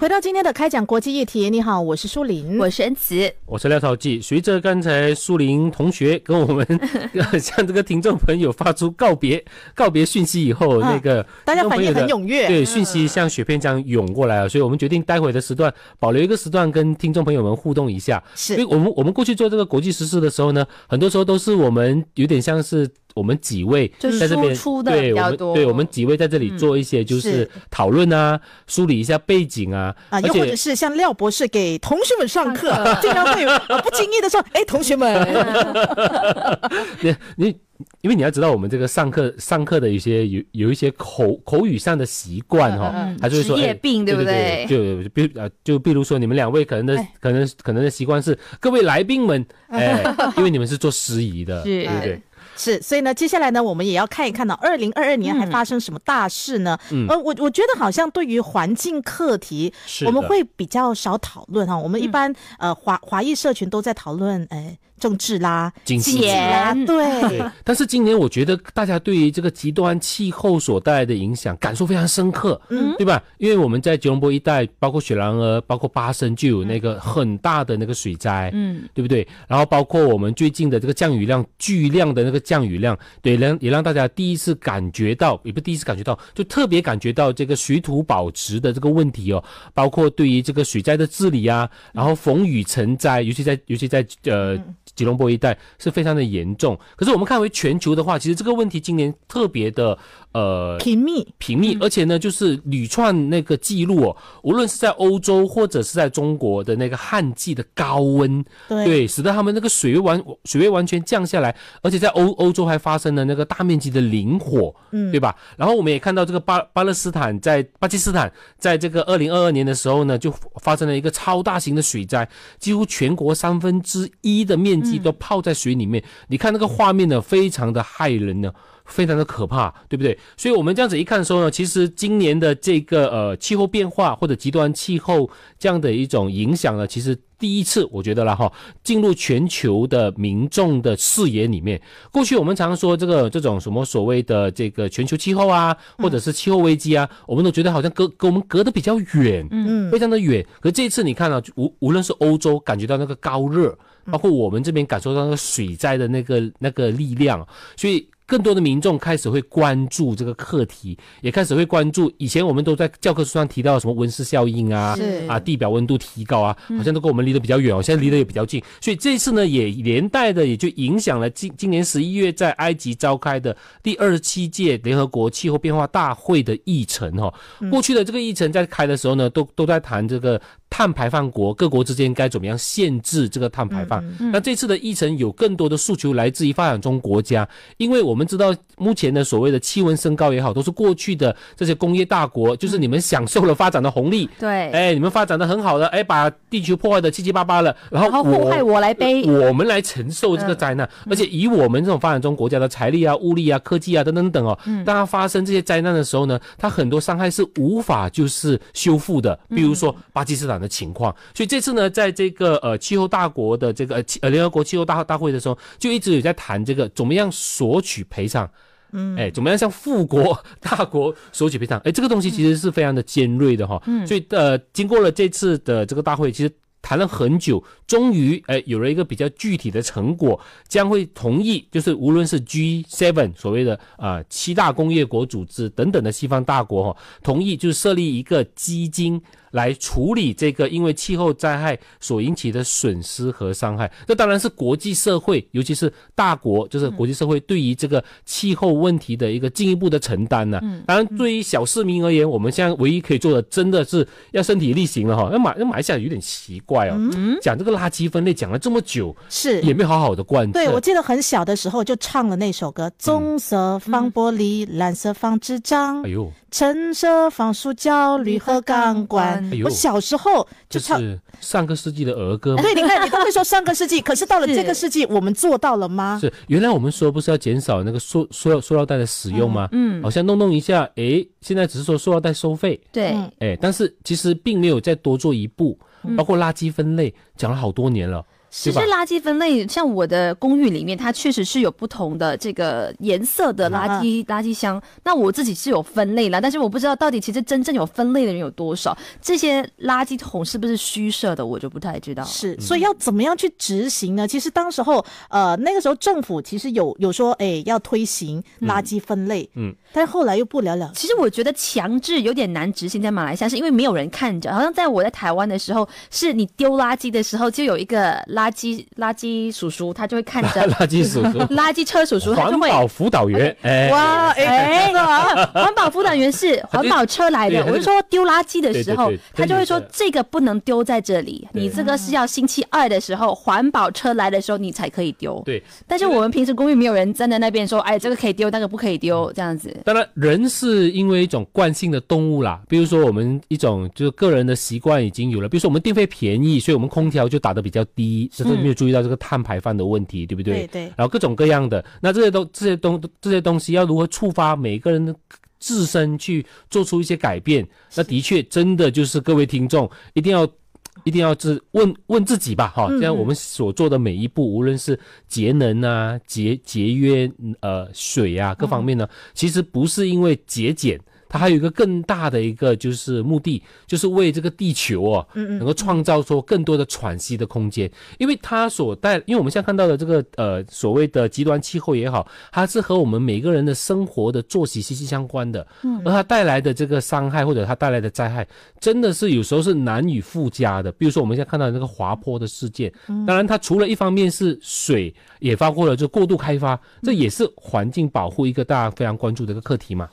回到今天的开讲国际议题，你好，我是舒林。我是恩慈，我是廖朝记。随着刚才苏林同学跟我 们呃向这个听众朋友发出告别告别讯息以后，嗯那个大家听反众朋应友很的踊跃，嗯对讯息像雪片这样涌过来啊，所以我们决定待会的时段保留一个时段跟听众朋友们互动一下。因为是我们我们过去做这个国际时事的时候呢，很多时候都是我们有点像是我们几位就在这输边出的比对我较们多，对我们几位在这里嗯做一些就是是讨论啊，梳理一下背景啊，啊，又而且或者是像廖博士给同学们上课，经常会有啊不经意的说：“哎，同学 们，你你，因为你要知道，我们这个上课上课的有些有有一些口口语上的习惯哈、嗯嗯还是会说职业哎病对对不对对？就比呃，就比如说你们两位可能的哎可能可能的习惯是，各位来宾们，哎，因为你们是做司仪的，是对不对？是。”所以呢，接下来呢，我们也要看一看呢，二零二二年还嗯发生什么大事呢？嗯呃，我我觉得好像对于环境课题，是我们的会比较少讨论哈。我们一嗯般呃华华裔社群都在讨论呃政治啦、惊喜谢谢啦，嗯对对，，但是今年我觉得大家对于这个极端气候所带来的影响感受非常深刻，嗯，对吧？因为我们在吉隆坡一带，包括雪兰莪，包括巴生，就有那个很大的那个水灾，嗯，对不对？然后包括我们最近的这个降雨量，巨量的那个降雨量，对，让也让大家第一次感觉到，也不第一次感觉到，就特别感觉到这个水土保持的这个问题哦，包括对于这个水灾的治理啊，然后风雨成灾，尤其在尤其在呃吉隆坡一带是非常的严重。可是我们看回全球的话，其实这个问题今年特别的呃频密，频密，而且呢，就是屡创那个记录哦，无论是在欧洲或者是在中国的那个旱季的高温，对对，使得他们那个水位完水位完全降下来，而且在欧欧洲还发生了那个大面积的林火，嗯对吧？然后我们也看到这个巴巴勒斯坦在巴基斯坦在这个二零二二年的时候呢，就发生了一个超大型的水灾，几乎全国三分之一的面嗯积都泡在水里面。你看那个画面呢，非常的骇人呢。非常的可怕，对不对？所以我们这样子一看的时候呢，其实今年的这个呃气候变化或者极端气候这样的一种影响呢，其实第一次我觉得了哈，进入全球的民众的视野里面。过去我们常说这个这种什么所谓的这个全球气候啊，或者是气候危机啊，我们都觉得好像隔跟我们隔得比较远，嗯非常的远。可这一次你看啊，无无论是欧洲感觉到那个高热，包括我们这边感受到那个水灾的那个那个力量，所以。更多的民众开始会关注这个课题，也开始会关注以前我们都在教科书上提到什么温室效应啊，是啊，地表温度提高啊，好像都跟我们离得比较远哦，现在离得也比较近，所以这次呢，也连带的也就影响了今今年十一月在埃及召开的第二十七届联合国气候变化大会的议程哈、哦。过去的这个议程在开的时候呢，都都在谈这个碳排放国各国之间该怎么样限制这个碳排放。嗯那这次的议程有更多的诉求来自于发展中国家，因为我们知道目前的所谓的气温升高也好，都是过去的这些工业大国，就是你们享受了发展的红利。对，哎，你们发展的很好了，哎，把地球破坏的七七八八了，然后然后我祸害我来背，我们来承受这个灾难，而且以我们这种发展中国家的财力啊、物力啊、科技啊等等等哦，当它发生这些灾难的时候呢，它很多伤害是无法就是修复的，比如说巴基斯坦的情况。所以这次呢，在这个呃气候大国的这个呃气呃联合国气候大大会的时候，就一直有在谈这个怎么样索取赔偿。嗯，哎，怎么样向富国大国索取赔偿？哎，这个东西其实是非常的尖锐的哈。嗯，所以呃，经过了这次的这个大会，其实谈了很久，终于哎有了一个比较具体的成果，将会同意，就是无论是 G7 所谓的啊、呃七大工业国组织等等的西方大国哈、同意就是设立一个基金来处理这个因为气候灾害所引起的损失和伤害。这当然是国际社会，尤其是大国，就是国际社会对于这个气候问题的一个进一步的承担呢、嗯当然，对于小市民而言，我们现在唯一可以做的，真的是要身体力行了哈。那马那马来西亚有点奇怪哦，嗯讲这个垃圾分类讲了这么久，是也没有好好的贯彻。对，我记得很小的时候就唱了那首嗯歌：棕色放玻璃，蓝色放纸张哎，呦，橙色放塑胶，绿和钢管哎呦。我小时候就这唱。是上个世纪的儿歌 吗？对，你看，你都会说上个世 纪，可是到了是这个世纪，我们做到了啊吗？是，原来我们说不是要减少那个塑塑料塑料袋的使用吗？嗯，好像弄弄一下，诶，现在只是说塑料袋收费，对嗯，嗯诶，但是其实并没有再多做一步，包括垃圾分类，讲了好多年了。是其实吧？垃圾分类，像我的公寓里面，它确实是有不同的这个颜色的垃嗯圾、垃圾箱。那我自己是有分类啦，但是我不知道到底其实真正有分类的人有多少。这些垃圾桶是不是虚设的，我就不太知道。嗯是，所以要怎么样去执行呢？其实当时候，呃，那个时候政府其实有有说，哎，要推行垃圾分类，嗯嗯但是后来又不了了之。其实我觉得强制有点难执行，在马来西亚是因为没有人看着。好像在我在台湾的时候，是你丢垃圾的时候，就有一个垃圾垃圾叔叔，他就会看 着、垃圾叔叔垃圾车 叔叔，他环就会保辅 导员，哎，哇，哎，哎，环保辅导员是环保车来的。对我就说丢垃圾的时候对对对，他就会说对对对这个不能丢在这里，对你这个是要星期二的时候环保车来的时候你才可以丢。对。但是我们平时公寓没有人站在那边说，哎，这个可以丢，那个不可以丢，这样子。当然，人是因为一种惯性的动物啦，比如说我们一种就是个人的习惯已经有了，比如说我们电费便宜，所以我们空调就打得比较低，只是没有注意到这个碳排放的问题，对不对对？对然后各种各样的，那这些东这些东这些东西要如何触发每个人的自身去做出一些改变？那的确真的就是各位听众一定要。一定要自问问自己吧，哈，嗯这样我们所做的每一步，无论是节能啊、节节约呃水啊各嗯方面呢，其实不是因为节俭，它还有一个更大的一个就是目的，就是为这个地球哦，能够创造出更多的喘息的空间，因为它所带，因为我们现在看到的这个呃所谓的极端气候也好，它是和我们每个人的生活的作息息息相关的，嗯，而它带来的这个伤害或者它带来的灾害，真的是有时候是难以附加的。比如说我们现在看到的那个滑坡的事件，当然它除了一方面是水，也包括了就过度开发，这也是环境保护一个大家非常关注的一个课题嘛。